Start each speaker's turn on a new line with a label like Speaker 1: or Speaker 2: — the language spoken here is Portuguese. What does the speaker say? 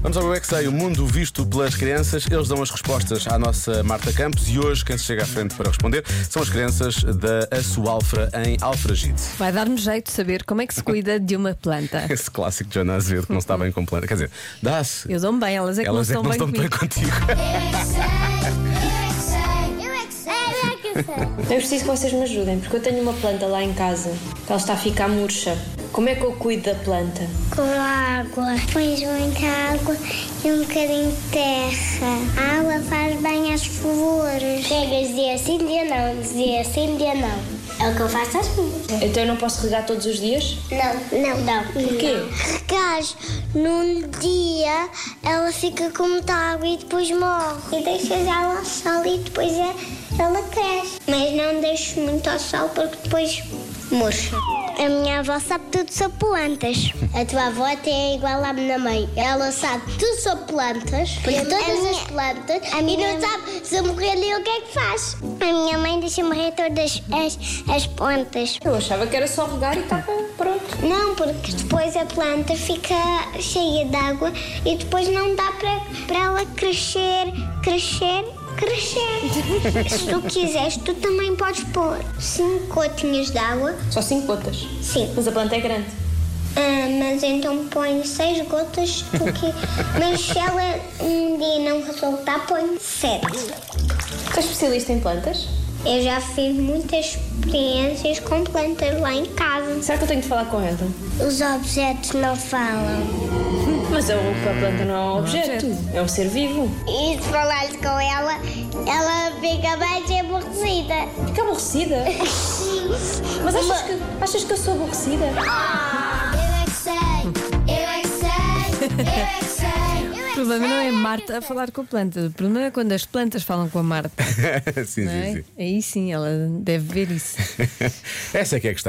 Speaker 1: Vamos ao Eu é que Sei, o mundo visto pelas crianças. Eles dão as respostas à nossa Marta Campos e hoje quem se chega à frente para responder são as crianças da Assoalfra em Alfragide.
Speaker 2: Vai dar-nos jeito de saber como é que se cuida de uma planta.
Speaker 1: Esse clássico de Joana Azevedo que não está bem com planta. Quer dizer, dá-se.
Speaker 2: Eu dou-me bem, elas é que
Speaker 1: Elas é que
Speaker 2: não
Speaker 1: não
Speaker 2: estão
Speaker 1: estão
Speaker 2: bem
Speaker 1: bem
Speaker 2: comigo.
Speaker 1: contigo.
Speaker 3: é
Speaker 4: Eu preciso que vocês me ajudem, porque eu tenho uma planta lá em casa. Ela está a ficar murcha. Como é que eu cuido da planta?
Speaker 3: Com água, pões muita água e um bocadinho de terra. A água faz bem às flores. Chegas dia sim, dia não, dia sim, dia não. É o que eu faço às minhas.
Speaker 4: Então eu não posso regar todos os dias?
Speaker 3: Não, não, não.
Speaker 4: Porquê?
Speaker 3: Regas num dia, ela fica com muita água e depois morre. E deixas ela ao sol e depois é- ela cresce. Mas não deixes muito ao sol porque depois murcha. A minha avó sabe tudo sobre plantas. A tua avó até é igual à minha mãe. Ela sabe tudo sobre plantas, porque todas as plantas, e não sabe se morrer nem o que é que faz. A minha mãe deixa morrer todas as, as plantas.
Speaker 4: Eu achava que era só regar e estava pronto.
Speaker 3: Não, porque depois a planta fica cheia de água e depois não dá para para ela crescer, crescer, crescer. Se tu quiseres, tu também podes pôr cinco gotinhas de água.
Speaker 4: Só cinco gotas.
Speaker 3: Sim.
Speaker 4: Mas a planta é grande.
Speaker 3: Ah, mas então põe seis gotas, porque... mas se ela um dia não resultar, põe sete.
Speaker 4: Tu és especialista em plantas?
Speaker 3: Eu já fiz muitas experiências com plantas lá em casa.
Speaker 4: Será que eu tenho de falar com ela?
Speaker 3: Os objetos não falam.
Speaker 4: Mas eu- a planta não é um objeto.
Speaker 2: objeto.
Speaker 4: É um ser vivo.
Speaker 3: E se falares com ela, ela fica mais aborrecida.
Speaker 4: Fica aborrecida. Mas achas que, achas que eu sou aborrecida?
Speaker 3: Eu é que sei, eu é que sei, eu é que sei.
Speaker 2: O problema não é a Marta a falar com a planta, o problema é quando as plantas falam com a Marta.
Speaker 1: sim, sim,
Speaker 2: não é?
Speaker 1: sim.
Speaker 2: Aí sim, ela deve ver isso.
Speaker 1: Essa é que é a questão.